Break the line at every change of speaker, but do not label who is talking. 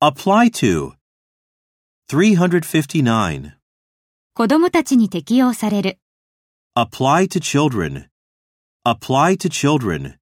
Apply to 359.
子供たちに適用される。
Apply to children. Apply to children.